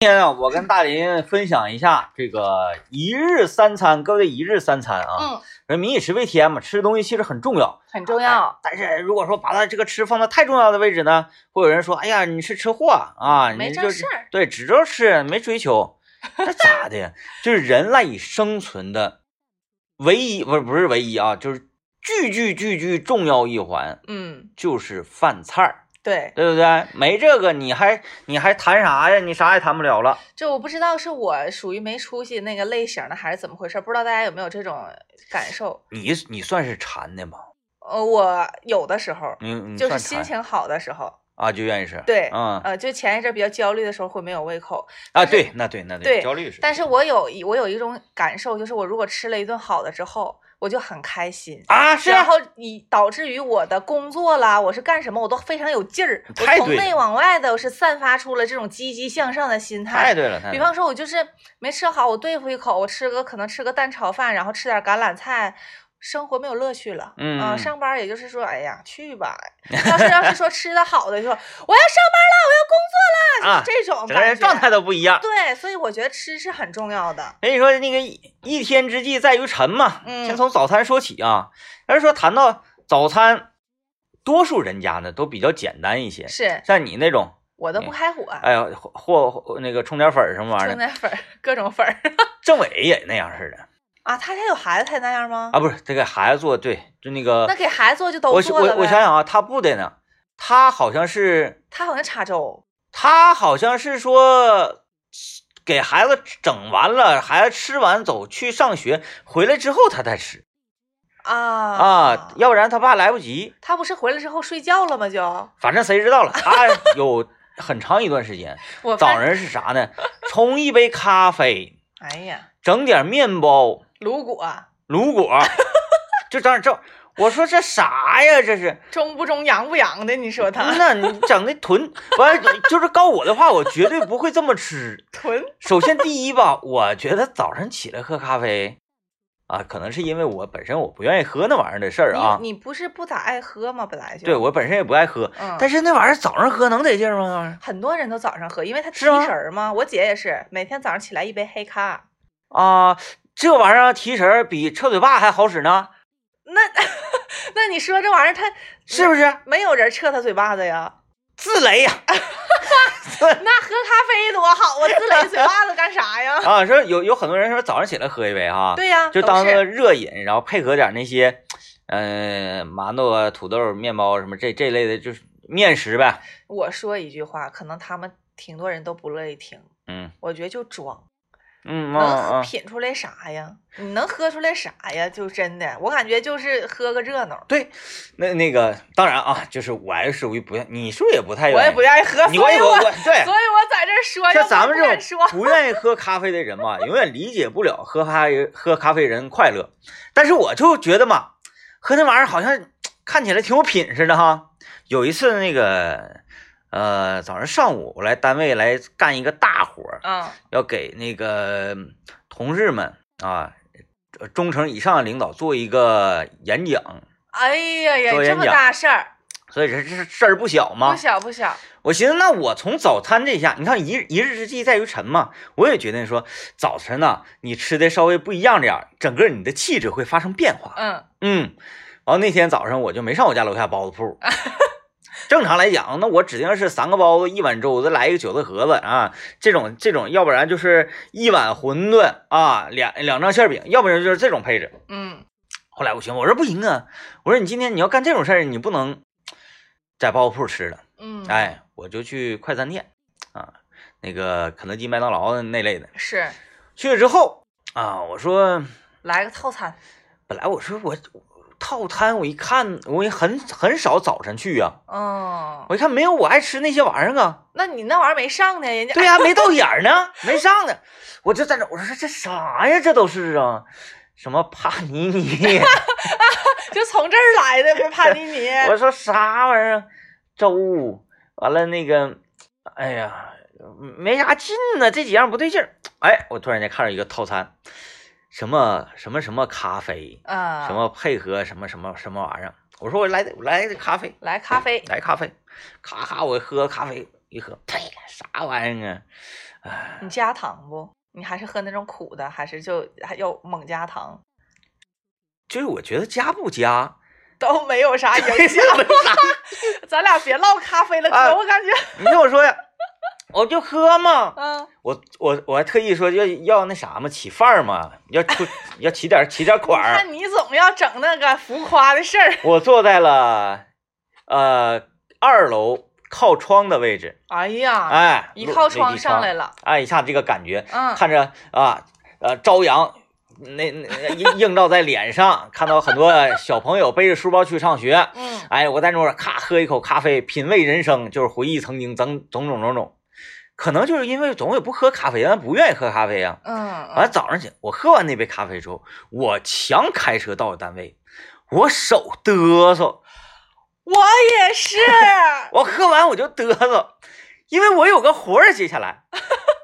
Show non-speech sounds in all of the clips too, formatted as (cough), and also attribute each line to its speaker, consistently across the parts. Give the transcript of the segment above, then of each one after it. Speaker 1: 今天啊，我跟大林分享一下这个一日三餐，各位一日三餐啊，
Speaker 2: 嗯，
Speaker 1: 人民以食为天嘛，吃东西其实很重要。
Speaker 2: 很重要。
Speaker 1: 但是如果说把它这个吃放到太重要的位置呢，会有人说，哎呀，你是吃货啊，
Speaker 2: 没
Speaker 1: 你
Speaker 2: 正
Speaker 1: 就
Speaker 2: 事儿
Speaker 1: 对，只知道吃，没追求， (laughs) 这咋的呀？就是人赖以生存的唯一，不是不是唯一啊，就是句句句句重要一环，
Speaker 2: 嗯，
Speaker 1: 就是饭菜儿，
Speaker 2: 对，
Speaker 1: 对不对？没这个你还你还谈啥呀？你啥也谈不了了。
Speaker 2: 这我不知道是我属于没出息那个类型的，还是怎么回事？不知道大家有没有这种感受？
Speaker 1: 你你算是馋的吗？
Speaker 2: 呃，我有的时候
Speaker 1: 你你
Speaker 2: 就是
Speaker 1: 嗯算
Speaker 2: 心
Speaker 1: 馋
Speaker 2: 情好的时候，
Speaker 1: 啊，就愿意吃。
Speaker 2: 对，
Speaker 1: 嗯
Speaker 2: 呃，就前一阵比较焦虑的时候会没有胃口，
Speaker 1: 啊，对，那对那
Speaker 2: 对
Speaker 1: 焦虑是。
Speaker 2: 但是我有一我有一种感受，就是我如果吃了一顿好的之后，我就很开心。
Speaker 1: 啊，是
Speaker 2: 然
Speaker 1: 啊，
Speaker 2: 后以导致于我的工作啦，我是干什么我都非常有劲儿，我
Speaker 1: 太
Speaker 2: 从
Speaker 1: 对
Speaker 2: 内
Speaker 1: 了
Speaker 2: 往外的我是散发出了这种积极向上的心态，
Speaker 1: 太对了，太
Speaker 2: 比
Speaker 1: 对
Speaker 2: 方
Speaker 1: 了。
Speaker 2: 说，我就是没吃好，我对付一口，我吃个可能吃个蛋炒饭，然后吃点橄榄菜，生活没有乐趣了。
Speaker 1: 嗯
Speaker 2: 啊上班儿也就是说，哎呀，去吧。要是要是说吃的好的，就说我要上班了，我要工作
Speaker 1: (laughs)
Speaker 2: 了，
Speaker 1: 啊
Speaker 2: 就是这种
Speaker 1: 整个
Speaker 2: 感
Speaker 1: 人
Speaker 2: 觉。
Speaker 1: 状态都不一样。
Speaker 2: 对，所以我觉得吃是很重要的。
Speaker 1: 所以说那个一一天之计在于晨嘛，
Speaker 2: 嗯
Speaker 1: 先从早餐说起啊。要是说谈到早餐，多数人家呢都比较简单一些，
Speaker 2: 是
Speaker 1: 像你那种，
Speaker 2: 我都不开火，
Speaker 1: 哎呀，或或或那个冲点粉儿什么玩意
Speaker 2: 冲
Speaker 1: 儿的，
Speaker 2: 奶粉儿，各种粉儿
Speaker 1: 政委也那样似的
Speaker 2: 啊。他家有孩子才那样吗？
Speaker 1: 啊，不是，这给孩子做，对，就那个
Speaker 2: 那，给孩子做就都
Speaker 1: 啊我
Speaker 2: 做
Speaker 1: 我
Speaker 2: 了呗。
Speaker 1: 我想想啊，他不的呢，他好像是
Speaker 2: 他好像查粥，
Speaker 1: 他好像是说给孩子整完了，孩子吃完走去上学，回来之后他才吃
Speaker 2: 啊
Speaker 1: 啊，要不然他怕来不及。
Speaker 2: 他不是回来之后睡觉了吗？就
Speaker 1: 反正谁知道了，
Speaker 2: (laughs)
Speaker 1: 他有很长一段时间，
Speaker 2: 我
Speaker 1: 早
Speaker 2: 发
Speaker 1: 晨是啥呢？冲一杯咖啡，
Speaker 2: 哎呀，
Speaker 1: 整点面包、
Speaker 2: 卤啊果。
Speaker 1: 卤果，就整点这。我说这啥呀？这是，
Speaker 2: 中不中洋不洋的，你说他 (laughs)
Speaker 1: 那你整的囤，完了就是告我的话，我绝对不会这么吃。
Speaker 2: 囤
Speaker 1: 首先第一吧，我觉得早上起来喝咖啡，啊，可能是因为我本身我不愿意喝那玩意儿的事儿啊。
Speaker 2: 你你不是不咋爱喝吗？本来就
Speaker 1: 对，我本身也不爱喝，
Speaker 2: 嗯，
Speaker 1: 但是那玩意儿早上喝能得劲儿吗？那玩意儿
Speaker 2: 很多人都早上喝，因为他提
Speaker 1: 是吗
Speaker 2: 神儿嘛。我姐也是每天早上起来一杯黑咖，
Speaker 1: 啊，这玩意儿提神儿比臭嘴巴还好使呢，
Speaker 2: (laughs) 那你说这玩意儿他
Speaker 1: 是不是？
Speaker 2: 没有人撤他嘴巴子呀？
Speaker 1: 自雷
Speaker 2: (laughs)
Speaker 1: 呀、
Speaker 2: 那喝咖啡多好，我自勒嘴巴子干
Speaker 1: (laughs)
Speaker 2: 啥呀？
Speaker 1: 啊！说有有很多人说早上起来喝一杯啊，
Speaker 2: 对呀、
Speaker 1: 就
Speaker 2: 都
Speaker 1: 当个
Speaker 2: 是
Speaker 1: 热饮，然后配合点儿那些，呃，馒头啊、土豆、面包什么这这类的，就是面食呗。
Speaker 2: 我说一句话，可能他们挺多人都不乐意听。
Speaker 1: 嗯
Speaker 2: 我觉得就装，
Speaker 1: 嗯嗯
Speaker 2: 能喝
Speaker 1: 嗯，
Speaker 2: 品出来啥呀？你能喝出来啥呀？就真的，我感觉就是喝个热闹。
Speaker 1: 对，那那个当然啊，就是我还是属于不愿，你是不是也不太愿意？
Speaker 2: 我也不愿意喝，
Speaker 1: 你
Speaker 2: 所
Speaker 1: 我
Speaker 2: 以
Speaker 1: 也我我对
Speaker 2: 所，以我在这儿说，要
Speaker 1: 像
Speaker 2: 不然
Speaker 1: 咱
Speaker 2: 不
Speaker 1: 们这
Speaker 2: 敢
Speaker 1: 种
Speaker 2: 说，
Speaker 1: 不愿意喝咖啡的人嘛，永远理解不了喝咖啡喝咖啡人快乐。但是我就觉得嘛，喝那玩意儿好像看起来挺有品似的哈。有一次那个呃早上上午我来单位来干一个大活儿，
Speaker 2: 嗯
Speaker 1: 要给那个同事们啊。呃中层以上的领导做一个演讲，
Speaker 2: 哎呀呀，
Speaker 1: 做
Speaker 2: 这
Speaker 1: 演
Speaker 2: 么
Speaker 1: 讲
Speaker 2: 大事儿，
Speaker 1: 所以这这事儿不小嘛。
Speaker 2: 不小不小，
Speaker 1: 我寻思，那我从早餐这一下，你看一日一日之计在于晨嘛，我也决定说，早晨呢、你吃的稍微不一样点儿，整个你的气质会发生变化。
Speaker 2: 嗯
Speaker 1: 嗯，然后那天早上我就没上我家楼下包子铺。正常来讲，那我指定是三个包子，一碗粥，再来一个饺子盒子啊，这种这种，要不然就是一碗馄饨啊，两两张馅饼，要不然就是这种配置。
Speaker 2: 嗯，
Speaker 1: 后来我寻思，我说不行啊，我说你今天你要干这种事儿，你不能在包子铺吃了。
Speaker 2: 嗯，，
Speaker 1: 哎，我就去快餐店啊，那个肯德基、麦当劳那类的。
Speaker 2: 是
Speaker 1: 去了之后啊，我说
Speaker 2: 来个套餐，
Speaker 1: 本来我说我套餐，我一看我也很很少早晨去呀、
Speaker 2: 嗯，
Speaker 1: 我一看没有我爱吃那些玩意儿啊，
Speaker 2: 那你那玩意儿没上呢，人家
Speaker 1: 对呀、没到点儿呢，没上呢，我就在那我说这啥呀，这都是啊。什么帕尼尼？
Speaker 2: 就从这儿来的，这帕尼尼，
Speaker 1: (laughs) 我说啥玩意儿？粥，完了那个，哎呀，没啥劲呢，这几样不对劲儿。哎，我突然间看着一个套餐，什么什么什么咖啡，
Speaker 2: 啊，
Speaker 1: 什么配合什么什么什么玩意儿。我说我来我来个咖啡，
Speaker 2: 来咖啡，
Speaker 1: 来咖啡，咔咔我喝咖啡，一喝，呸，啥玩意儿啊？啊，
Speaker 2: 你加糖不？你还是喝那种苦的，还是就还要猛加糖？
Speaker 1: 就是我觉得加不加， (laughs)
Speaker 2: 都没有啥影响。咱俩别唠咖啡了，哥，
Speaker 1: 啊
Speaker 2: 我感觉，
Speaker 1: 你听我说呀，我就喝嘛。
Speaker 2: 嗯，
Speaker 1: 我我我还特意说要要那啥嘛，起范儿嘛，要
Speaker 2: (laughs)
Speaker 1: 出要起点起点款儿。
Speaker 2: 看你总要整那个浮夸的事儿。
Speaker 1: 我坐在了呃二楼靠窗的位置，
Speaker 2: 哎呀，
Speaker 1: 哎，
Speaker 2: 一
Speaker 1: 落
Speaker 2: 靠
Speaker 1: 那
Speaker 2: 窗
Speaker 1: 一
Speaker 2: 上来了，
Speaker 1: 哎，一下这个感觉，
Speaker 2: 嗯，
Speaker 1: 看着啊呃朝阳。那那映映照在脸上，看到很多小朋友背着书包去上学， (laughs)
Speaker 2: 嗯，
Speaker 1: 哎，我在那儿咔喝一口咖啡，品味人生，就是回忆曾经，种种种种种。可能就是因为总也不喝咖啡，咱不愿意喝咖啡啊呀、
Speaker 2: 嗯，
Speaker 1: 完早上起，我喝完那杯咖啡之后，我强开车到了单位，我手嘚瑟，
Speaker 2: 我也是，
Speaker 1: 我喝完我就嘚瑟，因为我有个活儿，接下来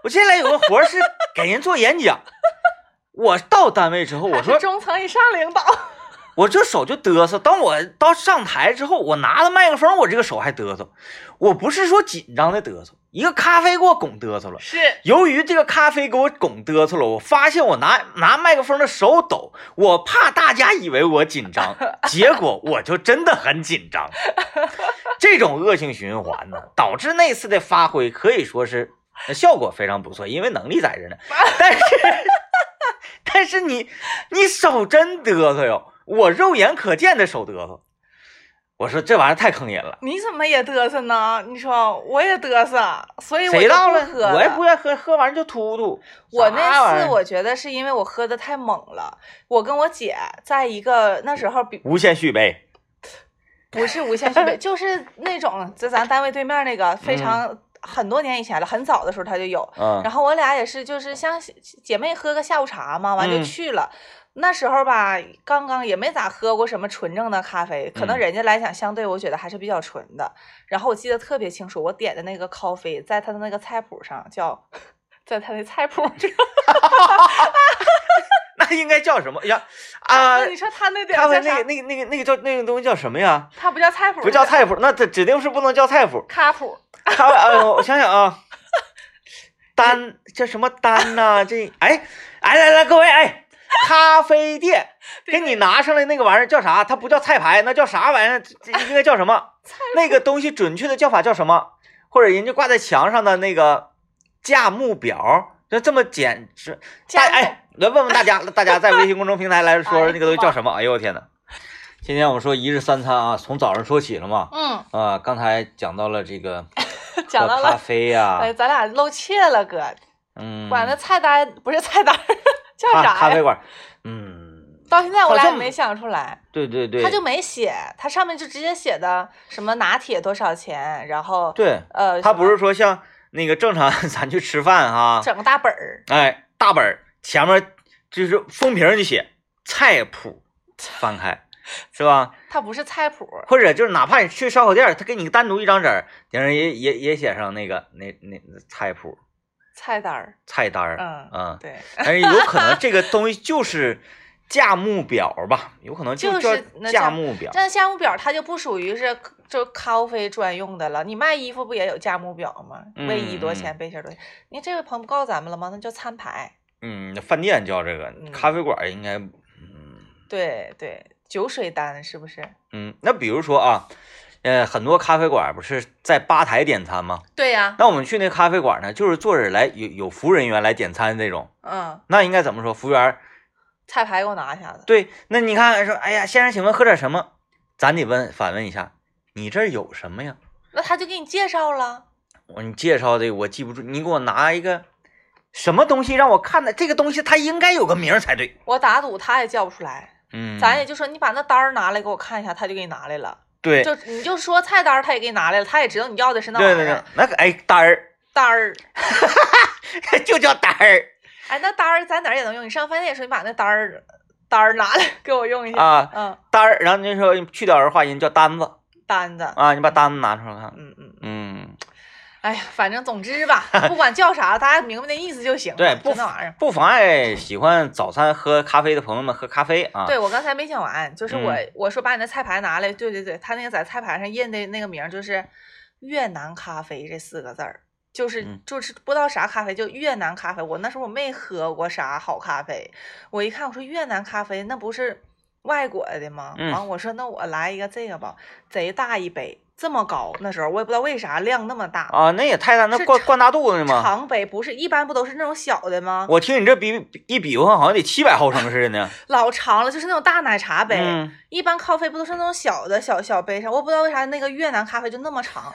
Speaker 1: 我接下来有个活儿是给人做演讲。我到单位之后， (laughs) 我
Speaker 2: 还是 (laughs)
Speaker 1: 说
Speaker 2: 中层以上
Speaker 1: (laughs)
Speaker 2: 领导，
Speaker 1: 我这手就嘚瑟。当我到上台之后，我拿着麦克风，我这个手还嘚瑟。我不是说紧张的嘚瑟，一个咖啡给我拱嘚瑟了。
Speaker 2: 是
Speaker 1: 由于这个咖啡给我拱嘚瑟了，我发现我拿拿麦克风的手抖，我怕大家以为我紧
Speaker 2: (laughs)
Speaker 1: 张，结果我就真的很紧张。这种恶性循环呢，导致那次的发挥可以说是呃效果非常不错，因为能力在这呢。但是， (laughs) 但是你你手真嘚瑟哟，我肉眼可见的手嘚瑟。我说这玩意儿太坑人了，
Speaker 2: 你怎么也嘚瑟呢？你说我也嘚瑟，所哎以我
Speaker 1: 谁
Speaker 2: 就
Speaker 1: 到
Speaker 2: 不
Speaker 1: 了
Speaker 2: 喝
Speaker 1: 我也不愿意喝，喝完就突突。
Speaker 2: 我
Speaker 1: 啥玩
Speaker 2: 那
Speaker 1: 意
Speaker 2: 次
Speaker 1: 儿
Speaker 2: 我觉得是因为我喝的太猛了，我跟我姐在一个那时候比
Speaker 1: 无限续杯。
Speaker 2: (laughs) 不是无限续杯，就是那种在咱单位对面那个非常、很多年以前了，很早的时候它就有。
Speaker 1: 嗯
Speaker 2: 然后我俩也是就是像姐妹喝个下午茶嘛，完就
Speaker 1: 嗯
Speaker 2: 去了。那时候吧，刚刚也没咋喝过什么纯正的咖啡，可能
Speaker 1: 嗯
Speaker 2: 人家来讲相对我觉得还是比较纯的。然后我记得特别清楚，我点的那个 coffee 在他的那个菜谱上叫，在他那菜谱上。
Speaker 1: 那应该叫什么呀？啊
Speaker 2: 那，你说他那点
Speaker 1: 他
Speaker 2: 儿
Speaker 1: 们
Speaker 2: 叫
Speaker 1: 那个？
Speaker 2: 啥
Speaker 1: 那个那个那个叫那个东西叫什么呀？
Speaker 2: 他不叫菜谱，
Speaker 1: 不叫菜谱，那这指定是不能叫菜谱。
Speaker 2: 咖谱。
Speaker 1: 他呃，我想想
Speaker 2: (laughs)
Speaker 1: 啊，单叫什么单呐、这哎哎来来，各位哎，咖啡店给你拿上来那个玩意儿叫啥？它不叫菜牌，那叫啥玩意儿？这这应该叫什么？那个东西准确的叫法叫什么？或者人家挂在墙上的那个价目表，就这么简直大
Speaker 2: 价目
Speaker 1: 哎，来问问大
Speaker 2: (laughs)
Speaker 1: 家，大家在微信公众平台来说说
Speaker 2: 哎
Speaker 1: 那个东西叫什么？哎呦我天哪！今天我们说一日三餐啊，从早上说起了嘛，
Speaker 2: (laughs) 嗯，
Speaker 1: 啊、刚才讲到了这个
Speaker 2: (laughs) 讲
Speaker 1: 喝
Speaker 2: 到
Speaker 1: 咖
Speaker 2: 了，
Speaker 1: 啡呀、
Speaker 2: (laughs) 哎，咱俩露怯了，哥，
Speaker 1: 嗯，
Speaker 2: 管那菜单不是菜单儿 (laughs) 叫
Speaker 1: 咖
Speaker 2: 啥
Speaker 1: 咖啡
Speaker 2: 呀？
Speaker 1: 馆，嗯，
Speaker 2: 到现在我
Speaker 1: 好
Speaker 2: 俩也
Speaker 1: 像
Speaker 2: 没想出来，
Speaker 1: 对对对，
Speaker 2: 他就没写，他上面就直接写的什么拿铁多少钱，然后
Speaker 1: 对，
Speaker 2: 呃，
Speaker 1: 他
Speaker 2: 什么
Speaker 1: 不是说像那个正常 (laughs) 咱去吃饭哈、
Speaker 2: 整个大本儿，
Speaker 1: 哎，大本儿前面就是封皮儿就写菜谱，翻开是吧？
Speaker 2: 他不是菜谱，
Speaker 1: 或者就是哪怕你去烧烤店儿，他给你单独一张纸儿，顶上也也也写上那个那那那菜谱
Speaker 2: 菜单儿，
Speaker 1: 菜单儿，
Speaker 2: 嗯
Speaker 1: 嗯，
Speaker 2: 对，
Speaker 1: 但是有可能这个东西就是价目表吧，有可能
Speaker 2: 就
Speaker 1: 叫
Speaker 2: 是那
Speaker 1: 价
Speaker 2: 叫
Speaker 1: 目表。
Speaker 2: 这价目表它就不属于是就咖啡专用的了。你卖衣服不也有价目表吗？卫衣多少
Speaker 1: 嗯
Speaker 2: 钱，背心儿多少钱？你这位朋友告诉咱们了吗？那叫餐牌。
Speaker 1: 嗯，饭店叫这个，
Speaker 2: 嗯
Speaker 1: 咖啡馆儿应该，嗯
Speaker 2: 对对，酒水单是不是？
Speaker 1: 嗯，那比如说啊，呃，很多咖啡馆儿不是在吧台点餐吗？
Speaker 2: 对呀、
Speaker 1: 那我们去那咖啡馆儿呢，就是坐着来有有服务人员来点餐这种，
Speaker 2: 嗯，
Speaker 1: 那应该怎么说？服务员儿
Speaker 2: 菜牌给我拿一下子。
Speaker 1: 对，那你看说，哎呀，先生，请问喝点什么？咱得问反问一下，你这儿有什么呀？
Speaker 2: 那他就给你介绍了，
Speaker 1: 我你介绍的我记不住，你给我拿一个什么东西让我看的？这个东西它应该有个名儿才对。
Speaker 2: 我打赌他也叫不出来。
Speaker 1: 嗯，
Speaker 2: 咱也就说，你把那单儿拿来给我看一下，他就给你拿来了。
Speaker 1: 对
Speaker 2: 就你就说菜单儿，他也给你拿来了，他也知道你要的是那玩
Speaker 1: 对
Speaker 2: 意
Speaker 1: 对对
Speaker 2: 儿。，
Speaker 1: 那个哎单儿 (laughs)
Speaker 2: 单儿，
Speaker 1: 就叫单儿。
Speaker 2: 哎，那单儿在哪儿也能用。你上饭店的时候，你把那单儿单儿拿来 (laughs) 给我用一下。
Speaker 1: 啊
Speaker 2: 嗯，
Speaker 1: 单儿，然后那时候去掉儿化音叫单子
Speaker 2: 单子。
Speaker 1: 啊，你把单子拿出来看。
Speaker 2: 嗯嗯，
Speaker 1: 嗯，
Speaker 2: 哎呀，反正总之吧，不管叫啥，大家明白那意思就行了。
Speaker 1: 对不
Speaker 2: 就那玩意儿。
Speaker 1: 不妨碍喜欢早餐喝咖啡的朋友们喝咖啡啊。
Speaker 2: 对，我刚才没讲完，就是我、
Speaker 1: 嗯
Speaker 2: 我说把你的菜牌拿来，对对对，他那个在菜牌上印的那个名儿就是越南咖啡这四个字儿，就是
Speaker 1: 嗯
Speaker 2: 就是不知道啥咖啡，就越南咖啡。我那时候我没喝过啥好咖啡，我一看我说越南咖啡那不是外国的吗？
Speaker 1: 嗯
Speaker 2: 完、我说那我来一个这个吧，贼大一杯，这么高，那时候我也不知道为啥量那么大，
Speaker 1: 啊，那也太大，那
Speaker 2: 是
Speaker 1: 灌
Speaker 2: 长
Speaker 1: 灌大肚子呢吗？
Speaker 2: 长杯不是一般不都是那种小的吗？
Speaker 1: 我听你这比比一比划，好像得七百毫升似的呢。
Speaker 2: 老长了，就是那种大奶茶杯。
Speaker 1: 嗯，
Speaker 2: 一般咖啡不都是那种小的小小杯上？我不知道为啥那个越南咖啡就那么长，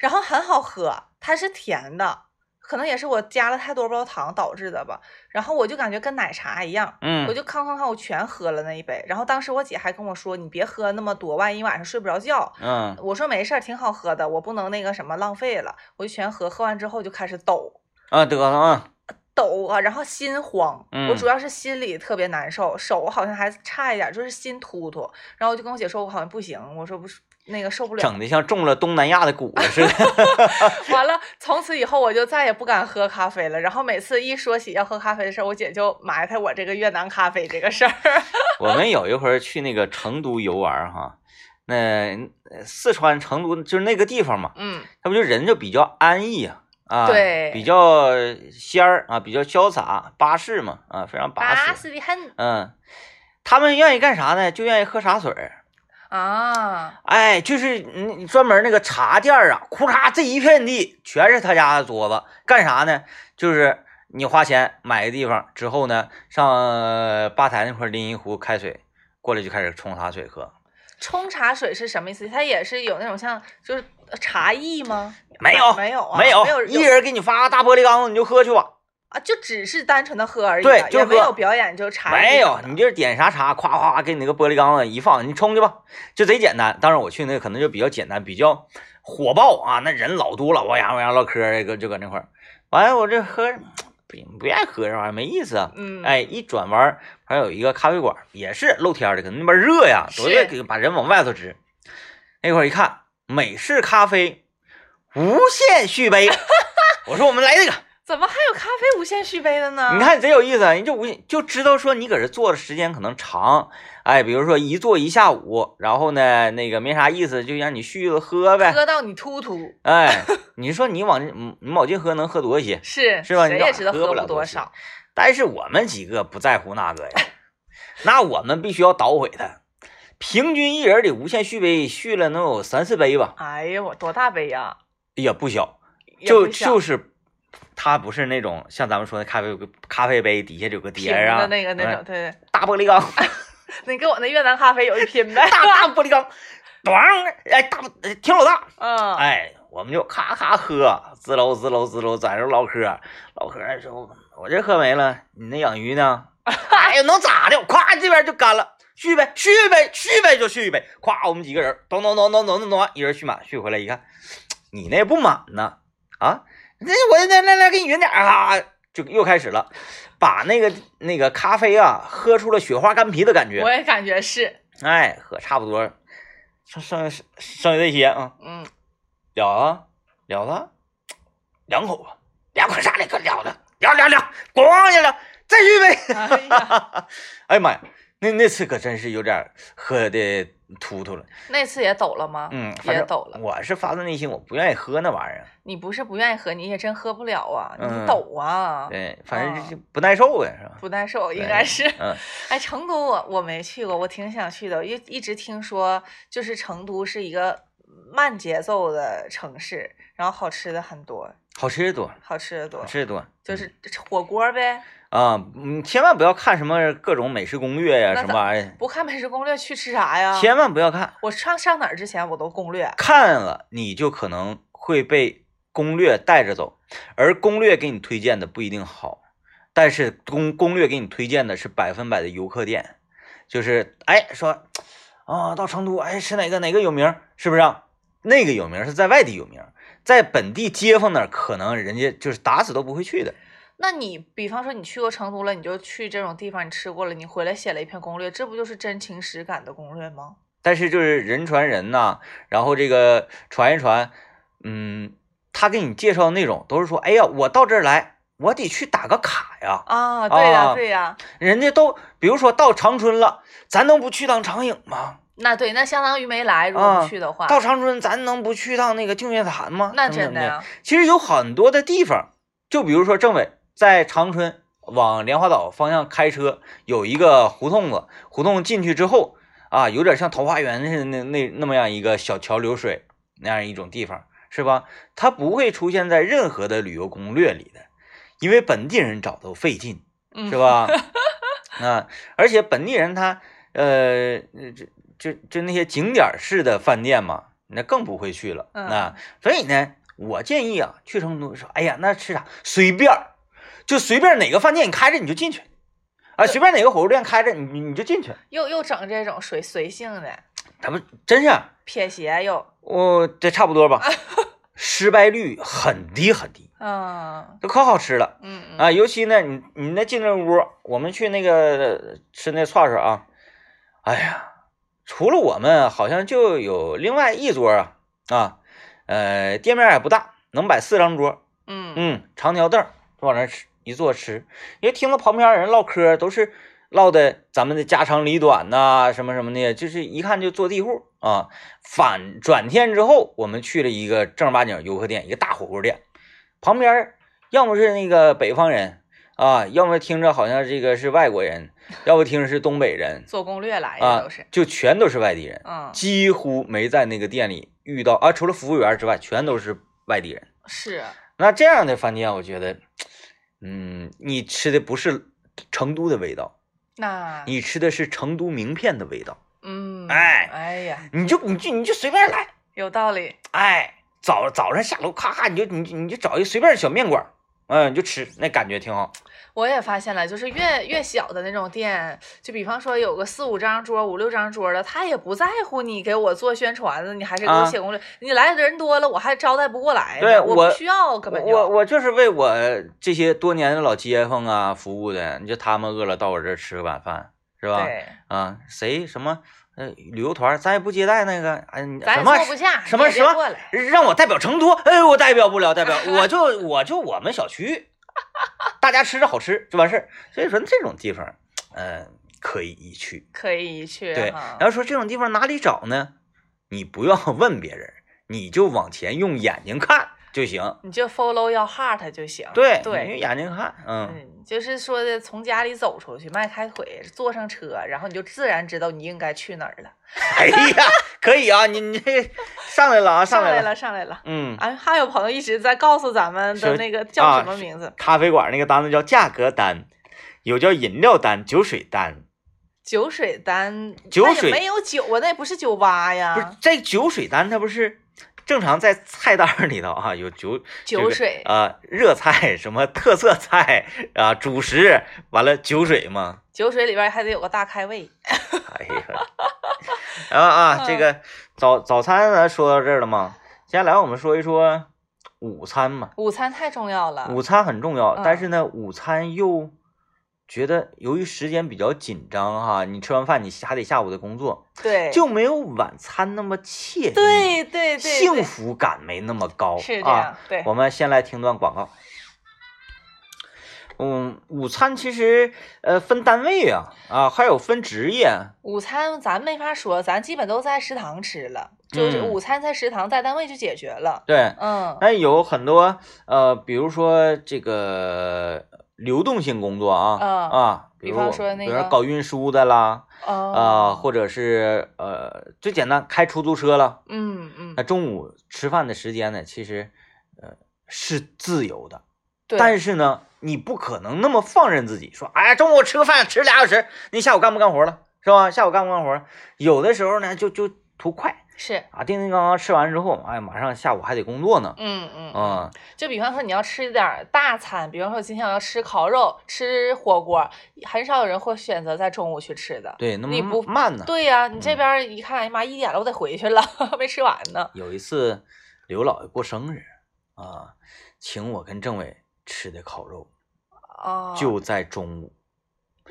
Speaker 2: 然后很好喝，它是甜的，可能也是我加了太多包糖导致的吧。然后我就感觉跟奶茶一样，
Speaker 1: 嗯
Speaker 2: 我就康康康，我全喝了那一杯。然后当时我姐还跟我说：“你别喝那么多，万一晚上睡不着觉。”
Speaker 1: 嗯，
Speaker 2: 我说没事儿，挺好喝的，我不能那个什么浪费了，我就全喝。喝完之后就开始抖，
Speaker 1: 啊，得了啊，
Speaker 2: 抖啊，然后心慌，
Speaker 1: 嗯
Speaker 2: 我主要是心里特别难受，手好像还差一点，就是心突突。然后我就跟我姐说，我好像不行，我说不是那个受不了。
Speaker 1: 整的像中了东南亚的蛊了似的。 (laughs)
Speaker 2: 完了，从此以后我就再也不敢喝咖啡了。然后每次一说起要喝咖啡的事儿，我姐就埋汰我这个越南咖啡这个事儿。 (laughs)
Speaker 1: 我们有一回儿去那个成都游玩儿哈，那呃四川成都就是那个地方嘛，
Speaker 2: 嗯
Speaker 1: 他不就人就比较安逸啊，啊，
Speaker 2: 对
Speaker 1: 比较仙儿啊，比较潇洒，巴适嘛，啊，非常巴适。
Speaker 2: 的很
Speaker 1: 嗯，他们愿意干啥呢？就愿意喝茶水儿。
Speaker 2: 啊，
Speaker 1: 哎，就是你你专门那个茶店儿啊，库嚓这一片地全是他家的桌子，干啥呢？就是你花钱买个地方之后呢，上呃吧台那块儿拎一壶开水过来就开始冲茶水喝。
Speaker 2: 冲茶水是什么意思？它也是有那种像就是茶艺吗？
Speaker 1: 没有
Speaker 2: 没有啊，
Speaker 1: 没
Speaker 2: 有，
Speaker 1: 有，
Speaker 2: 没
Speaker 1: 一人给你发个大玻璃缸子，你就喝去吧。
Speaker 2: 啊，就只是单纯的喝而已啊，
Speaker 1: 对就
Speaker 2: 也没
Speaker 1: 喝
Speaker 2: 有表演，就茶
Speaker 1: 没
Speaker 2: 艺
Speaker 1: 有
Speaker 2: 什，
Speaker 1: 你
Speaker 2: 么的
Speaker 1: 就是点啥茶，夸夸给你那个玻璃缸子一放，你冲去吧，就贼简单。当然我去那个可能就比较简单，比较火爆啊，那人老多了，哇呀哇呀唠嗑儿，这个就搁那块儿。完了我这喝不不愿意喝这玩意儿，没意思啊。
Speaker 2: 嗯，
Speaker 1: 哎，一转弯儿还有一个咖啡馆，也是露天儿的，可能那边热呀，
Speaker 2: 是
Speaker 1: 都得给把人往外头支。那会儿一看，美式咖啡无限续
Speaker 2: (laughs)
Speaker 1: 杯，我说我们来这个。
Speaker 2: 怎么还有咖啡无限续杯的呢？
Speaker 1: 你，看贼有意思，人就无就知道说你搁这坐的时间可能长，哎，比如说一坐一下午，然后呢那个没啥意思，就让你续着喝呗，
Speaker 2: 喝到你突突，
Speaker 1: 哎，你说你往嗯你往进喝能喝多些？
Speaker 2: 是
Speaker 1: 是吧你知
Speaker 2: 谁
Speaker 1: 道
Speaker 2: 也知道
Speaker 1: 喝不
Speaker 2: 喝
Speaker 1: 了
Speaker 2: 多
Speaker 1: 东西
Speaker 2: 少，
Speaker 1: 但是我们几个不在乎那个呀， (laughs) 那我们必须要捣毁它，平均一人得无限续杯，续了能有三四杯吧，
Speaker 2: 哎呀，我多大杯呀？
Speaker 1: 也不小，
Speaker 2: 也
Speaker 1: 就
Speaker 2: 不小
Speaker 1: 就是。它不是那种像咱们说的咖啡咖啡杯底下有个碟
Speaker 2: 瓶
Speaker 1: 儿啊，
Speaker 2: 的那个那
Speaker 1: 哎
Speaker 2: 种，对，对
Speaker 1: 大玻璃缸，，
Speaker 2: 你跟我那越南咖啡有一拼呗
Speaker 1: (laughs) 大大玻璃缸，咣，哎，大呃挺老大，
Speaker 2: 嗯，
Speaker 1: 哎，我们就咔咔喝，滋喽滋喽滋喽，在这唠嗑，唠嗑的时候，我这喝没了，你那养鱼呢？哎呀，能咋的？咵，这边就干了，续呗，续呗，续呗，就续呗，咵，我们几个人，咚咚咚咚咚咚咚，一人续满，续回来一看，你那不满呢，啊，那我来来来，给你匀点儿啊，就又开始了，把那个那个咖啡啊，喝出了雪花干皮的感觉
Speaker 2: 我，也感觉是，
Speaker 1: 哎，喝差不多，剩剩下剩下这些啊， (laughs)
Speaker 2: 嗯，
Speaker 1: 了啊，了了，两口吧，两口啥的可了了，了了了，咣去了，再续呗。
Speaker 2: 哎呀，
Speaker 1: (laughs) 哎呀妈呀，那那次可真是有点喝的突突了。
Speaker 2: 那次也抖了吗？
Speaker 1: 嗯，
Speaker 2: 也
Speaker 1: 反正
Speaker 2: 抖了。
Speaker 1: 我是发自内心，我不愿意喝那玩意儿。
Speaker 2: 你不是不愿意喝，你也真喝不了啊，
Speaker 1: 嗯
Speaker 2: 你抖啊，
Speaker 1: 对，反正
Speaker 2: 哦
Speaker 1: 这就不耐受呗，是吧？
Speaker 2: 不耐受应该是。
Speaker 1: 嗯
Speaker 2: 哎，成都我我没去过，我挺想去的，因为一直听说就是成都是一个慢节奏的城市，然后好吃的很多，
Speaker 1: 好吃的多，
Speaker 2: 好吃的多
Speaker 1: 好，吃嗯的多。
Speaker 2: 就是火锅呗。
Speaker 1: 啊，嗯，千万不要看什么各种美食攻略呀、
Speaker 2: 那
Speaker 1: 什么
Speaker 2: 咋啊
Speaker 1: 玩意
Speaker 2: 不看美食攻略去吃啥
Speaker 1: 儿，
Speaker 2: 呀？
Speaker 1: 千万不要看，
Speaker 2: 我上上哪儿之前我都攻略，
Speaker 1: 看了你就可能会被攻略带着走，而攻略给你推荐的不一定好，但是攻攻略给你推荐的是百分百的游客店，就是哎说啊到成都哎吃哪个哪个有名儿是不是、啊？那个有名儿是在外地有名儿，在本地街坊那儿可能人家就是打死都不会去的。
Speaker 2: 那你比方说你去过成都了，你就去这种地方，你吃过了，你回来写了一篇攻略，这不就是真情实感的攻略吗？
Speaker 1: 但是就是人传人呐、然后这个传一传，嗯，他给你介绍的那种都是说，哎呀，我到这儿来，我得去打个卡呀。
Speaker 2: 啊，对呀、
Speaker 1: 啊
Speaker 2: 对呀、
Speaker 1: 人家都，比如说到长春了，咱能不去趟长影吗？
Speaker 2: 那对，那相当于没来，如果
Speaker 1: 啊
Speaker 2: 不去的话，
Speaker 1: 到长春，咱能不去趟那个净月潭吗？
Speaker 2: 那
Speaker 1: 等等
Speaker 2: 真的呀，
Speaker 1: 其实有很多的地方，就比如说政委在长春往莲花岛方向开车，有一个胡同子，胡同进去之后啊，有点像桃花源似的那那那么样一个小桥流水那样一种地方，是吧？它不会出现在任何的旅游攻略里的，因为本地人找都费劲，
Speaker 2: 嗯
Speaker 1: 是？吧？ (laughs) 啊，而且本地人他呃，就就就那些景点儿式的饭店嘛，那更不会去了。
Speaker 2: 嗯
Speaker 1: 啊，所以呢，我建议啊，去成都说，哎呀，那吃啥随便儿，就随便哪个饭店你开着你就进去，啊，随便哪个火锅店开着你你你就进去，
Speaker 2: 又又整这种随随性的
Speaker 1: 咱们真是啊
Speaker 2: 撇鞋又，
Speaker 1: 我这差不多
Speaker 2: (laughs)
Speaker 1: 吧，失败率很低很低，
Speaker 2: 嗯
Speaker 1: 都可好吃了。
Speaker 2: 嗯嗯，
Speaker 1: 啊，尤其呢，你你那进那屋，我们去那个吃那串串啊，哎呀，除了我们，好像就有另外一桌啊啊，呃，店面也不大，能摆四张桌，
Speaker 2: 嗯
Speaker 1: 嗯，长条凳儿往那儿吃一坐吃，因为听到旁边人唠嗑，都是唠的咱们的家长里短呐、什么什么的，就是一看就坐地户啊。反转天之后，我们去了一个正儿八经游客店，一个大火锅店，旁边儿要么是那个北方人啊，要么听着好像这个是外国人，要不听着是东北人
Speaker 2: 做攻略来的
Speaker 1: 啊
Speaker 2: 都是，，
Speaker 1: 就全都是外地人，
Speaker 2: 嗯
Speaker 1: 几乎没在那个店里遇到啊，除了服务员之外，全都是外地人。
Speaker 2: 是，啊
Speaker 1: 那这样的饭店，我觉得，嗯，你吃的不是成都的味道，
Speaker 2: 那
Speaker 1: 你吃的是成都名片的味道。
Speaker 2: 嗯
Speaker 1: 哎
Speaker 2: 哎呀，
Speaker 1: 你就你就你就随便来，
Speaker 2: 有道理，
Speaker 1: 哎，早早上下楼咔咔，你就你就你就找一随便的小面馆儿，嗯，你就吃，那感觉挺好。
Speaker 2: 我也发现了，就是越越小的那种店，就比方说有个四五张桌、五六张桌的，他也不在乎你给我做宣传的，你还是给我
Speaker 1: 啊
Speaker 2: 写攻略。你来的人多了，我还招待不过来呢。
Speaker 1: 对
Speaker 2: 我
Speaker 1: 我
Speaker 2: 不需要，根
Speaker 1: 我
Speaker 2: 本
Speaker 1: 我
Speaker 2: 就
Speaker 1: 我就是为我这些多年的老街坊啊服务的，你就他们饿了到我这儿吃个晚饭是吧？
Speaker 2: 对，
Speaker 1: 啊，谁什么呃旅游团儿，咱也不接待那个，哎，你
Speaker 2: 咱
Speaker 1: 什
Speaker 2: 也
Speaker 1: 么
Speaker 2: 坐不下，
Speaker 1: 什么
Speaker 2: 你也
Speaker 1: 什
Speaker 2: 别
Speaker 1: 么
Speaker 2: 过来，
Speaker 1: 让我代表成都，哎，我代表不了，代表我就我就我们小区，大家吃着好吃就完事儿。所以说这种地方，嗯、可以一去。
Speaker 2: 可以一去
Speaker 1: 对，
Speaker 2: 哈
Speaker 1: 然。后说这种地方哪里找呢？你不要问别人，你就往前用眼睛看就行。
Speaker 2: 你就 follow your heart 就行。
Speaker 1: 对你用
Speaker 2: 啊对，
Speaker 1: 眼睛看，嗯，
Speaker 2: 嗯，就是说的从家里走出去，迈开腿，坐上车，然后你就自然知道你应该去哪儿了。
Speaker 1: 哎呀，可以啊，你你这上来了啊，
Speaker 2: 上
Speaker 1: 来
Speaker 2: 来了，上来了。
Speaker 1: 嗯，
Speaker 2: 啊，还有朋友一直在告诉咱们的
Speaker 1: 是
Speaker 2: 那个叫
Speaker 1: 啊
Speaker 2: 什么名字？
Speaker 1: 咖啡馆那个单子叫价格单，有叫饮料单、酒水单，
Speaker 2: 酒水单，
Speaker 1: 酒
Speaker 2: 那也
Speaker 1: 水
Speaker 2: 没有酒啊，那也不是酒吧
Speaker 1: 不是
Speaker 2: 呀，
Speaker 1: 这酒水单，它不是正常在菜单儿里头啊，有酒
Speaker 2: 酒水
Speaker 1: 啊、热菜什么特色菜啊、主食，完了酒水嘛。
Speaker 2: 酒水里边还得有个大开胃。
Speaker 1: 哎呀，然后啊，
Speaker 2: 嗯
Speaker 1: 这个早早餐咱说到这儿了吗？接下来我们说一说午餐嘛，
Speaker 2: 午餐太重要了，
Speaker 1: 午餐很重要，
Speaker 2: 嗯
Speaker 1: 但是呢，午餐又觉得由于时间比较紧张哈、你吃完饭你还得下午的工作，
Speaker 2: 对，
Speaker 1: 就没有晚餐那么惬意。
Speaker 2: 对对对，对
Speaker 1: 幸福感没那么高，
Speaker 2: 是这样
Speaker 1: 啊。，
Speaker 2: 对，
Speaker 1: 我们先来听段广告。嗯，午餐其实呃分单位啊啊，还有分职业
Speaker 2: 午餐咱没法说，咱基本都在食堂吃了，就是
Speaker 1: 嗯哎
Speaker 2: 午餐在食堂，在单位就解决了。
Speaker 1: 对。
Speaker 2: 嗯，
Speaker 1: 那有很多呃，比如说这个流动性工作啊、
Speaker 2: 嗯
Speaker 1: 啊，比
Speaker 2: 比
Speaker 1: 如
Speaker 2: 方
Speaker 1: 我
Speaker 2: 说那
Speaker 1: 比如
Speaker 2: 个
Speaker 1: 搞运输的啦啊、
Speaker 2: 哦，
Speaker 1: 或者是呃最简单开出租车了。
Speaker 2: 嗯嗯
Speaker 1: 那，中午吃饭的时间呢，其实呃是自由的，
Speaker 2: 对，
Speaker 1: 但是呢，你不可能那么放任自己，说，哎呀，中午吃个饭吃俩小时，你下午干不干活了，是吧？下午干不干活？有的时候呢，就就图快
Speaker 2: 是，
Speaker 1: 啊，叮叮当当吃完之后，哎，马上下午还得工作呢，
Speaker 2: 嗯嗯嗯。
Speaker 1: 啊、
Speaker 2: 就比方说你要吃点儿大餐，比方说今天我要吃烤肉、吃火锅，很少有人会选择在中午去吃的。
Speaker 1: 对，那
Speaker 2: 你不
Speaker 1: 么慢呢。嗯
Speaker 2: 对呀、你这边儿一看，哎呀妈，一点了，我得回去了， (laughs) 没吃完呢。
Speaker 1: 有一次，刘老爷过生日啊，请我跟政委吃的烤肉，
Speaker 2: 啊，
Speaker 1: 就在中午，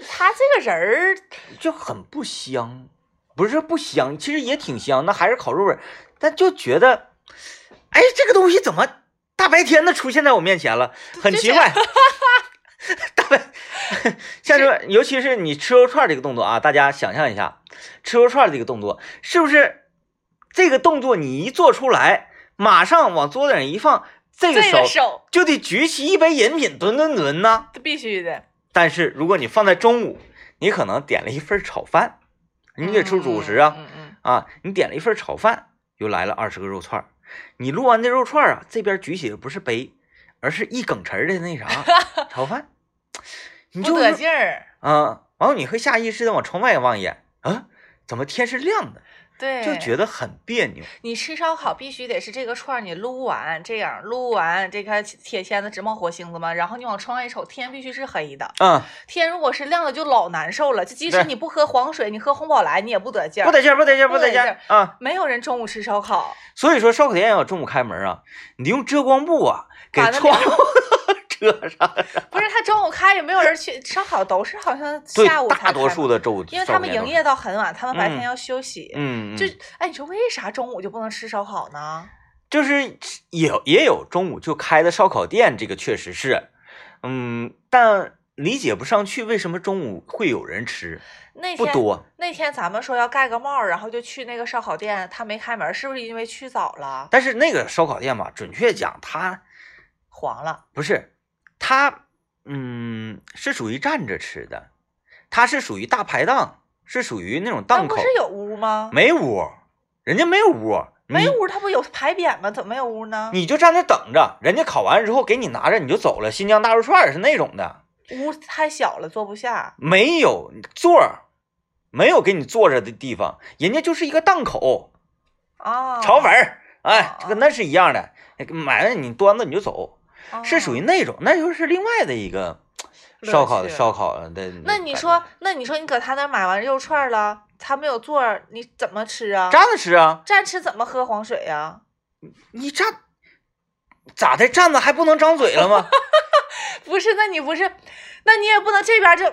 Speaker 2: 他这个人儿，
Speaker 1: 就很不香，不是说不香，其实也挺香，那还是烤肉味儿，但就觉得，哎，这个东西怎么大白天的出现在我面前了，很奇怪。 (laughs) 大白，像这，尤其是你吃肉串这个动作啊，大家想象一下，吃肉串这个动作，是不是这个动作你一做出来，马上往桌子上一放，这个
Speaker 2: 这
Speaker 1: 手
Speaker 2: 个手
Speaker 1: 就得举起一杯饮品吨吨吨呢？
Speaker 2: 必须的，
Speaker 1: 但是如果你放在中午，你可能点了一份炒饭，你得出主食啊，
Speaker 2: 嗯嗯
Speaker 1: 啊，你点了一份炒饭，又来了二十个肉串儿。你录完这肉串儿啊，这边举起的不是杯，而是一梗词儿的
Speaker 2: (laughs)
Speaker 1: 那啥炒饭，你
Speaker 2: 嗯，
Speaker 1: 就
Speaker 2: 不得劲儿，
Speaker 1: 啊，完后你会下意识的往窗外望一眼啊，怎么天是亮的，
Speaker 2: 对，
Speaker 1: 就觉得很别扭。
Speaker 2: 你吃烧烤必须得是这个串儿，你撸完这样撸完这个铁签子直冒火星子嘛，然后你往窗外一瞅，天必须是黑的，
Speaker 1: 啊，
Speaker 2: 天如果是亮的就老难受了，就即
Speaker 1: 对
Speaker 2: 使你不喝黄水，你喝红宝来你也不得劲
Speaker 1: 不
Speaker 2: 儿。
Speaker 1: 得劲儿，不得劲儿，不
Speaker 2: 不
Speaker 1: 得
Speaker 2: 得
Speaker 1: 劲
Speaker 2: 劲
Speaker 1: 儿
Speaker 2: 儿
Speaker 1: 啊！
Speaker 2: 没有人中午吃烧烤，
Speaker 1: 所以说烧烤店要有中午开门啊，你用遮光布啊给
Speaker 2: 把那
Speaker 1: 窗户 (laughs) 遮上。
Speaker 2: 不是他中午开也没有人去烧烤，都是好像
Speaker 1: 对，
Speaker 2: 下午才
Speaker 1: 大多
Speaker 2: 开
Speaker 1: 数
Speaker 2: 嘛，
Speaker 1: 的周，
Speaker 2: 因为
Speaker 1: 烧
Speaker 2: 他
Speaker 1: 烤
Speaker 2: 们
Speaker 1: 店
Speaker 2: 营
Speaker 1: 都
Speaker 2: 业到很晚，他们白
Speaker 1: 嗯
Speaker 2: 天要休息。
Speaker 1: 嗯，嗯
Speaker 2: 就哎，你说为啥中午就不能吃烧烤呢？
Speaker 1: 就是也也有中午就开的烧烤店，这个确实是，嗯，但理解不上去为什么中午会有人吃，
Speaker 2: 那
Speaker 1: 不
Speaker 2: 天
Speaker 1: 多。
Speaker 2: 那天咱们说要盖个帽儿，然后就去那个烧烤店，他没开门，是不是因为去早了，
Speaker 1: 但是那个烧烤店吧，准确讲它
Speaker 2: 黄了？
Speaker 1: 不是，它嗯是属于站着吃的，它是属于大排档，是属于那种
Speaker 2: 那
Speaker 1: 档
Speaker 2: 不
Speaker 1: 口
Speaker 2: 是，有屋吗？
Speaker 1: 没屋，人家没嗯有屋，
Speaker 2: 没
Speaker 1: 你
Speaker 2: 屋，他不有牌匾吗？怎么没有屋呢？
Speaker 1: 你就站那等着，人家烤完之后给你拿着你就走了。新疆大肉串儿是那种的，
Speaker 2: 屋太小了，坐不下。
Speaker 1: 没有座儿，没有给你坐着的地方，人家就是一个档
Speaker 2: 哦
Speaker 1: 口，
Speaker 2: 啊，
Speaker 1: 炒粉儿，哎
Speaker 2: 啊，
Speaker 1: 这跟那是一样的，买了你端着你就走，
Speaker 2: 啊
Speaker 1: 是属于那种，那就是另外的一个
Speaker 2: 乐
Speaker 1: 烧烤的
Speaker 2: 趣
Speaker 1: 烧烤的。
Speaker 2: 那你说，那你说你搁他那儿买完肉串儿了，他没有座儿，你怎么吃啊？
Speaker 1: 站着吃啊？
Speaker 2: 站吃怎么喝黄水啊呀、
Speaker 1: 你站咋的？站着还不能张嘴了吗？
Speaker 2: 不是，那你不是，那你也不能这边就。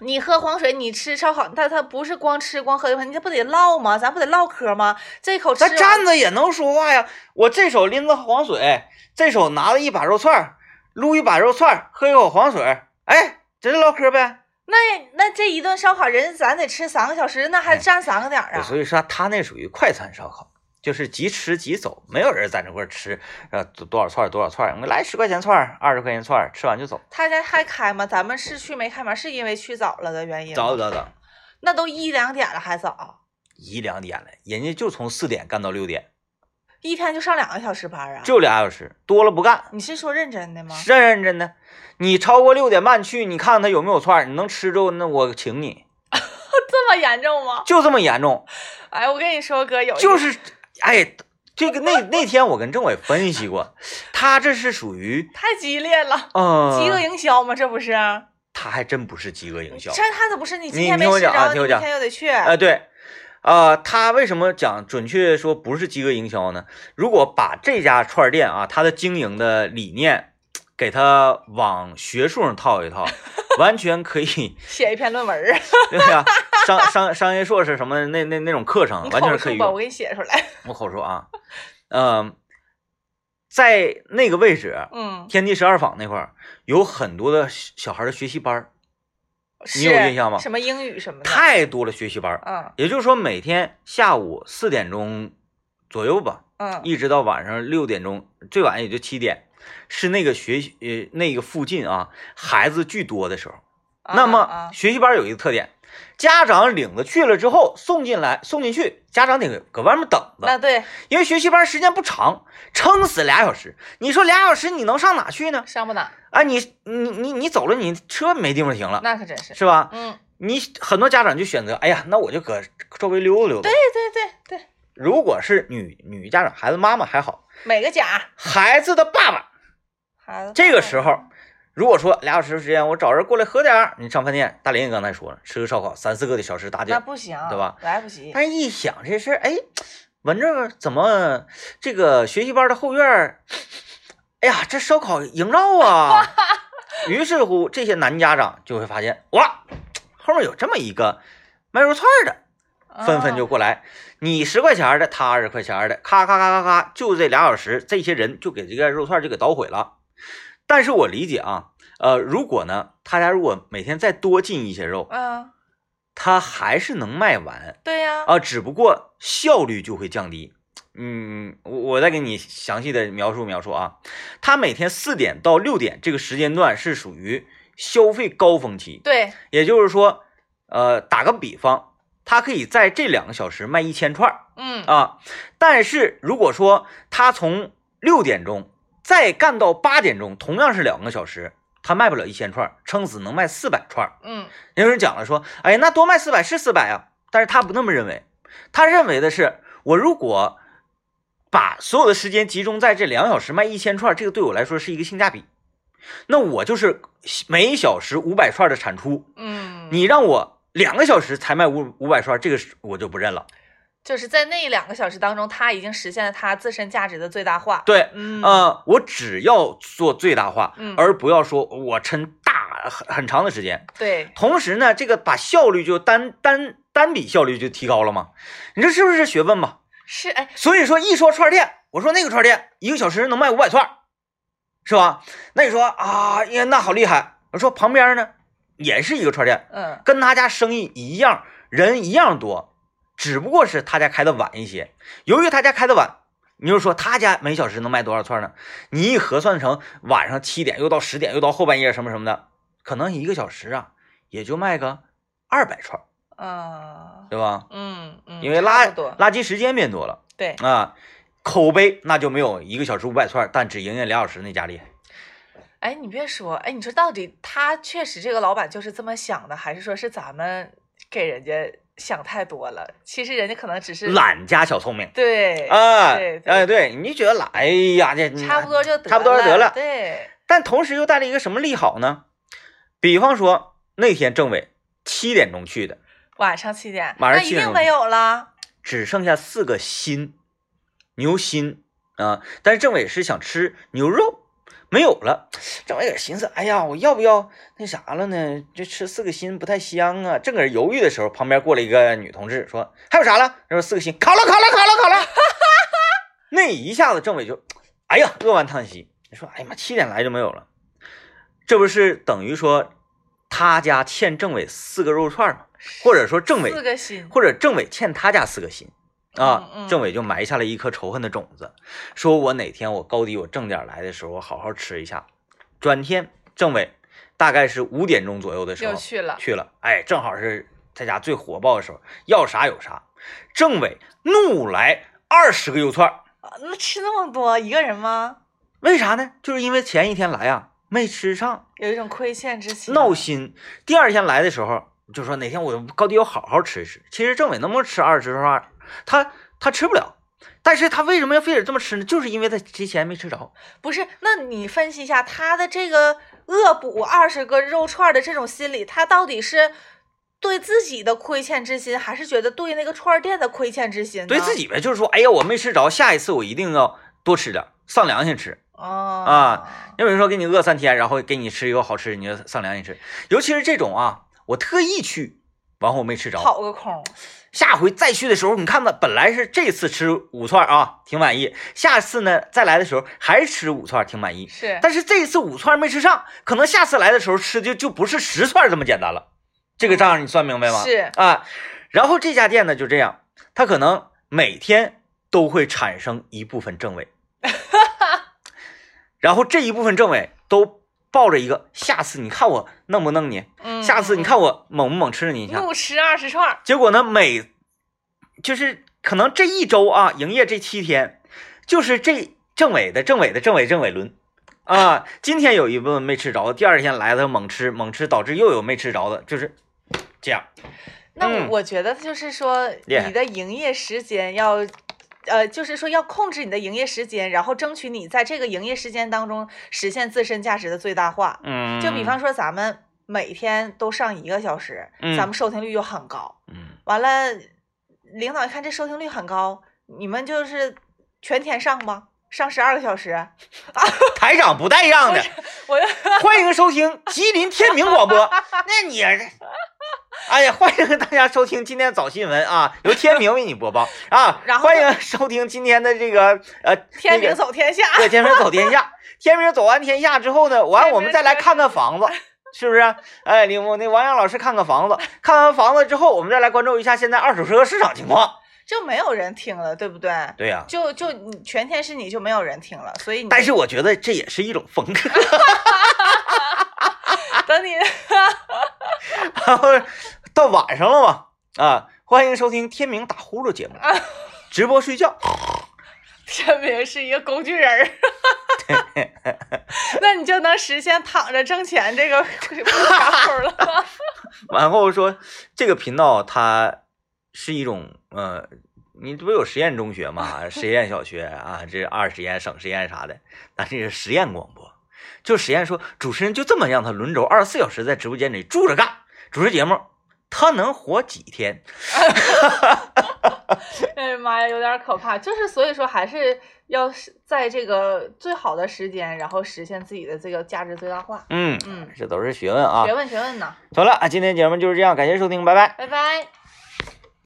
Speaker 2: 你喝黄水，你吃烧烤，但他不是光吃光喝的话，你这不得唠吗？咱不得唠嗑吗？这口吃
Speaker 1: 那
Speaker 2: 完
Speaker 1: 站着也能说话呀。我这手拎着黄水，这手拿着一把肉串儿，撸一把肉串儿，喝一口黄水儿，哎，这就唠嗑呗。
Speaker 2: 那那这一顿烧烤，人咱得吃三个小时，那还
Speaker 1: 哎
Speaker 2: 占三个点儿啊？
Speaker 1: 所以说他那属于快餐烧烤，就是即吃即走，没有人在那块儿吃，呃，多多少串儿多少串儿，我们来十块钱串儿，二十块钱串儿，吃完就走。
Speaker 2: 他家还开吗？咱们市区没开门，是因为去早了的原因吗。
Speaker 1: 早早早，
Speaker 2: 那都一两点了还早，
Speaker 1: 一两点了，人家就从四点干到六点，
Speaker 2: 一天就上两个小时班啊？
Speaker 1: 就俩小时，多了不干，
Speaker 2: 你是说认真的吗？
Speaker 1: 认认真的。你超过六点半去，你看看他有没有串儿，你能吃着，那我请你，
Speaker 2: 这么严重吗？
Speaker 1: 就这么严重。
Speaker 2: 哎，我跟你说，哥有一
Speaker 1: 就，是，哎，这个那那天我跟政委分析过，他这是属于，
Speaker 2: 太激烈了，
Speaker 1: 呃，
Speaker 2: 饥饿营销吗？这不是？啊
Speaker 1: 他还真不是饥饿营销，
Speaker 2: 这他怎么不是？你今
Speaker 1: 你
Speaker 2: 天
Speaker 1: 你
Speaker 2: 没
Speaker 1: 听我
Speaker 2: 吃
Speaker 1: 讲啊
Speaker 2: 着，
Speaker 1: 听
Speaker 2: 你
Speaker 1: 我
Speaker 2: 明
Speaker 1: 讲
Speaker 2: 天又得去。
Speaker 1: 呃，对，呃，他为什么讲准确说不是饥饿营销呢？如果把这家串儿店啊，它的经营的理念，给它往学术上套一套，完全可以， (laughs)
Speaker 2: 写一篇论文儿，
Speaker 1: 对呀、商商商业硕士什么那那那种课程，
Speaker 2: 你
Speaker 1: 完全
Speaker 2: 口
Speaker 1: 是可以
Speaker 2: 述吧，我
Speaker 1: 用。
Speaker 2: 给你写出来。
Speaker 1: 我口说啊，嗯、在那个位置，
Speaker 2: 嗯，
Speaker 1: 天地十二坊那块儿有很多的小小孩儿的学习班儿，
Speaker 2: 是
Speaker 1: 有印象吗
Speaker 2: 什么英语什么的，
Speaker 1: 太多了学习班儿。
Speaker 2: 嗯
Speaker 1: 也就是说，每天下午四点钟左右吧，
Speaker 2: 嗯
Speaker 1: 一直到晚上六点钟，最晚也就七点，是那个学习呃那个附近啊孩子巨多的时候。
Speaker 2: 啊
Speaker 1: 那么
Speaker 2: 啊
Speaker 1: 学习班有一个特点，家长领着去了之后送进来送进去，家长得搁外面等
Speaker 2: 那
Speaker 1: 着，
Speaker 2: 对
Speaker 1: 因为学习班时间不长，撑死俩小时。你说俩小时你能上哪去呢？
Speaker 2: 上不哪？
Speaker 1: 啊，你你你你走了，你车没地方停了，
Speaker 2: 那可真是，
Speaker 1: 是吧？
Speaker 2: 嗯，
Speaker 1: 你很多家长就选择，哎呀，那我就搁周围溜达溜达
Speaker 2: 对。对对对，
Speaker 1: 如果是女女家长，孩子妈妈还好，
Speaker 2: 每个家
Speaker 1: 孩子的爸爸
Speaker 2: 孩子
Speaker 1: 这个时候，如果说俩小时时间，我找人过来喝点儿，你上饭店，大林也刚才说了，吃个烧烤三四个的小时打底
Speaker 2: 那
Speaker 1: 儿。
Speaker 2: 不行，
Speaker 1: 对吧
Speaker 2: 来不及，
Speaker 1: 但是一想这事儿，哎，闻着怎么这个学习班的后院儿，哎呀，这烧烤萦绕啊。于是乎，这些男家长就会发现，哇，后面有这么一个卖肉串儿的，纷纷就
Speaker 2: 啊
Speaker 1: 过来，你十块钱儿的，他二十块钱儿的，咔咔咔咔咔，就这俩小时，这些人就给这个肉串就给捣毁了。但是我理解啊，呃，如果呢，他家如果每天再多进一些肉，
Speaker 2: 嗯
Speaker 1: 它还是能卖完
Speaker 2: 对呀、
Speaker 1: 啊，只不过效率就会降低。嗯，我我再给你详细的描述描述啊，它每天四点到六点这个时间段是属于消费高峰期，
Speaker 2: 对，
Speaker 1: 也就是说，呃，打个比方，它可以在这两个小时卖一千串儿
Speaker 2: 嗯，
Speaker 1: 啊，但是如果说它从六点钟再干到八点钟，同样是两个小时，它卖不了一千串儿，撑死能卖四百串儿。
Speaker 2: 嗯，
Speaker 1: 有人讲了说，哎呀，那多卖四百是四百啊，但是他不那么认为，他认为的是，我如果把所有的时间集中在这两小时卖一千串，这个对我来说是一个性价比，那我就是每小时五百串的产出，
Speaker 2: 嗯，
Speaker 1: 你让我两个小时才卖五五百串，这个是我就不认了。
Speaker 2: 就是在那两个小时当中，他已经实现了他自身价值的最大化。
Speaker 1: 对，
Speaker 2: 嗯，
Speaker 1: 呃，我只要做最大化
Speaker 2: 嗯，
Speaker 1: 而不要说我抻大很很长的时间。
Speaker 2: 对，
Speaker 1: 同时呢，这个把效率就单单单笔效率就提高了嘛，你这是不是学问吧？
Speaker 2: 是哎，
Speaker 1: 所以说一说串店，我说那个串店一个小时能卖五百串，是吧？那你说啊，呀，那好厉害。我说旁边呢也是一个串店，
Speaker 2: 嗯，
Speaker 1: 跟他家生意一样，人一样多，只不过是他家开的晚一些。由于他家开的晚，你就说他家每小时能卖多少串呢？你一核算成晚上七点又到十点又到后半夜什么什么的，可能一个小时啊也就卖个二百串，
Speaker 2: 啊，
Speaker 1: 对吧？
Speaker 2: 嗯嗯，
Speaker 1: 因为
Speaker 2: 差
Speaker 1: 垃
Speaker 2: 不多，
Speaker 1: 垃圾时间变多了。
Speaker 2: 对，
Speaker 1: 啊，口碑那就没有一个小时五百串，但只营业俩小时那家厉害。
Speaker 2: 哎，你别说，哎，你说到底他确实这个老板就是这么想的，还是说是咱们给人家想太多了？其实人家可能只是，
Speaker 1: 懒加小聪明
Speaker 2: 对，
Speaker 1: 啊，
Speaker 2: 对对
Speaker 1: 哎，对，你觉得懒，哎呀，这
Speaker 2: 差不。多就得
Speaker 1: 嗯差不多就得了
Speaker 2: 对，
Speaker 1: 但同时又带来一个什么利好呢？比方说那天政委七点钟去的，
Speaker 2: 晚上七点，
Speaker 1: 晚上
Speaker 2: 那
Speaker 1: 7
Speaker 2: 一
Speaker 1: 点
Speaker 2: 定
Speaker 1: 钟
Speaker 2: 没有了。
Speaker 1: 只剩下四个心，牛心啊。但是政委是想吃牛肉，没有了。政委也寻思，哎呀，我要不要那啥了呢？这吃四个心不太香啊。正搁这犹豫的时候，旁边过来一个女同志说：“还有啥了？”他说：“四个心，烤了，烤了，烤了，烤
Speaker 2: (laughs)
Speaker 1: 了。”那一下子，政委就，哎呀，扼腕叹息。你说，哎呀妈，七点来就没有了，这不是等于说他家欠政委四个肉串吗？或者说政委
Speaker 2: 四个心，
Speaker 1: 或者政委欠他家四个心啊
Speaker 2: 嗯嗯，
Speaker 1: 政委就埋下了一颗仇恨的种子，说我哪天我高低我挣点来的时候，我好好吃一下。转天政委大概是五点钟左右的时候
Speaker 2: 又去了，
Speaker 1: 去了，哎，正好是他家最火爆的时候，要啥有啥。政委怒来二十个肉串儿，
Speaker 2: 啊那吃那么多一个人吗？
Speaker 1: 为啥呢？就是因为前一天来啊没吃上，
Speaker 2: 有一种亏欠之情，
Speaker 1: 闹心。第二天来的时候，就说哪天我高低要好好吃一吃。其实政委能不能吃二十串，他他吃不了。但是他为什么要非得这么吃呢？就是因为他之前没吃着。
Speaker 2: 不是，那你分析一下他的这个恶补二十个肉串儿的这种心理，他到底是对自己的亏欠之心，还是觉得对那个串儿店的亏欠之心呢？
Speaker 1: 对自己呗，就是说，哎呀，我没吃着，下一次我一定要多吃点儿，上良心吃。
Speaker 2: 啊
Speaker 1: 啊有人说给你饿三天，然后给你吃一个好吃，你就上良心吃。尤其是这种啊，我特意去，完后我没吃着，
Speaker 2: 跑个空，
Speaker 1: 下回再去的时候，你看吧，本来是这次吃五串啊，挺满意。下次呢，再来的时候还是吃五串，挺满意。
Speaker 2: 是
Speaker 1: 但是这一次五串没吃上，可能下次来的时候吃就就不是十串这么简单了。这个账你算明白吗？
Speaker 2: 是
Speaker 1: 啊。然后这家店呢就这样，它可能每天都会产生一部分政
Speaker 2: (laughs)
Speaker 1: 委，然后这一部分政委都抱着一个下次你看我弄不弄你，
Speaker 2: 嗯
Speaker 1: 下次你看我猛不猛吃你一下。
Speaker 2: 怒吃二十串儿，
Speaker 1: 结果呢，每就是可能这一周啊，营业这七天，就是这政委的政委的政委政委轮啊。今天有一部分没吃着，第二天来的猛吃猛吃，导致又有没吃着的，就是这样。
Speaker 2: 那
Speaker 1: 嗯
Speaker 2: 我觉得就是说
Speaker 1: 厉害
Speaker 2: 你的营业时间要。呃，就是说要控制你的营业时间，然后争取你在这个营业时间当中实现自身价值的最大化。
Speaker 1: 嗯，
Speaker 2: 就比方，说咱们每天都上一个小时，
Speaker 1: 嗯
Speaker 2: 咱们收听率就很高。
Speaker 1: 嗯，
Speaker 2: 完了，领导一看这收听率很高，你们就是全天上吧，上十二个小时。
Speaker 1: 台长不带 (laughs) 让的，
Speaker 2: 我就 (laughs)
Speaker 1: 欢迎收听吉林天明广播。那你，哎呀，欢迎大家收听今天早新闻啊，由天明为你播报啊。
Speaker 2: 然后
Speaker 1: 欢迎收听今天的这个呃，那
Speaker 2: 天
Speaker 1: 个
Speaker 2: 明
Speaker 1: (laughs)
Speaker 2: 走天下。 (laughs)
Speaker 1: 对，天明走天下，天明走完天下之后呢，完
Speaker 2: 天
Speaker 1: 我们
Speaker 2: 明
Speaker 1: 再来
Speaker 2: 说
Speaker 1: 看看房子，是不是、啊？哎，你我那王阳老师看看房子，看完房子之后，我们再来关注一下现在二手车市场情况。
Speaker 2: 就没有人听了，对不对？
Speaker 1: 对呀、
Speaker 2: 就就你全天是你就没有人听了，所以你
Speaker 1: 但是我觉得这也是一种风格。
Speaker 2: 等你
Speaker 1: 然后 (laughs) 到晚上了嘛，啊，欢迎收听天明打呼噜节目，直播睡觉。
Speaker 2: (laughs) 天明是一个工具
Speaker 1: (laughs)
Speaker 2: 人儿， (laughs) 那你就能实现躺着挣钱这个 (laughs) 目标了。
Speaker 1: 然后说这个频道它是一种呃，你这不有实验中学嘛，实验小学啊，这二实验、省实验啥的，但是实验广播，就实验说主持人就这么让他轮轴二十四小时在直播间里住着干主持节目，他能活几天？
Speaker 2: (laughs) 哎呀妈呀，有点可怕。就是所以说，还是要是在这个最好的时间，然后实现自己的这个价值最大化。
Speaker 1: 嗯，
Speaker 2: 嗯，
Speaker 1: 这都是学问啊啊
Speaker 2: 学。问学问呢，
Speaker 1: 好了，今天节目就是这样，感谢收听，拜拜。
Speaker 2: 拜拜。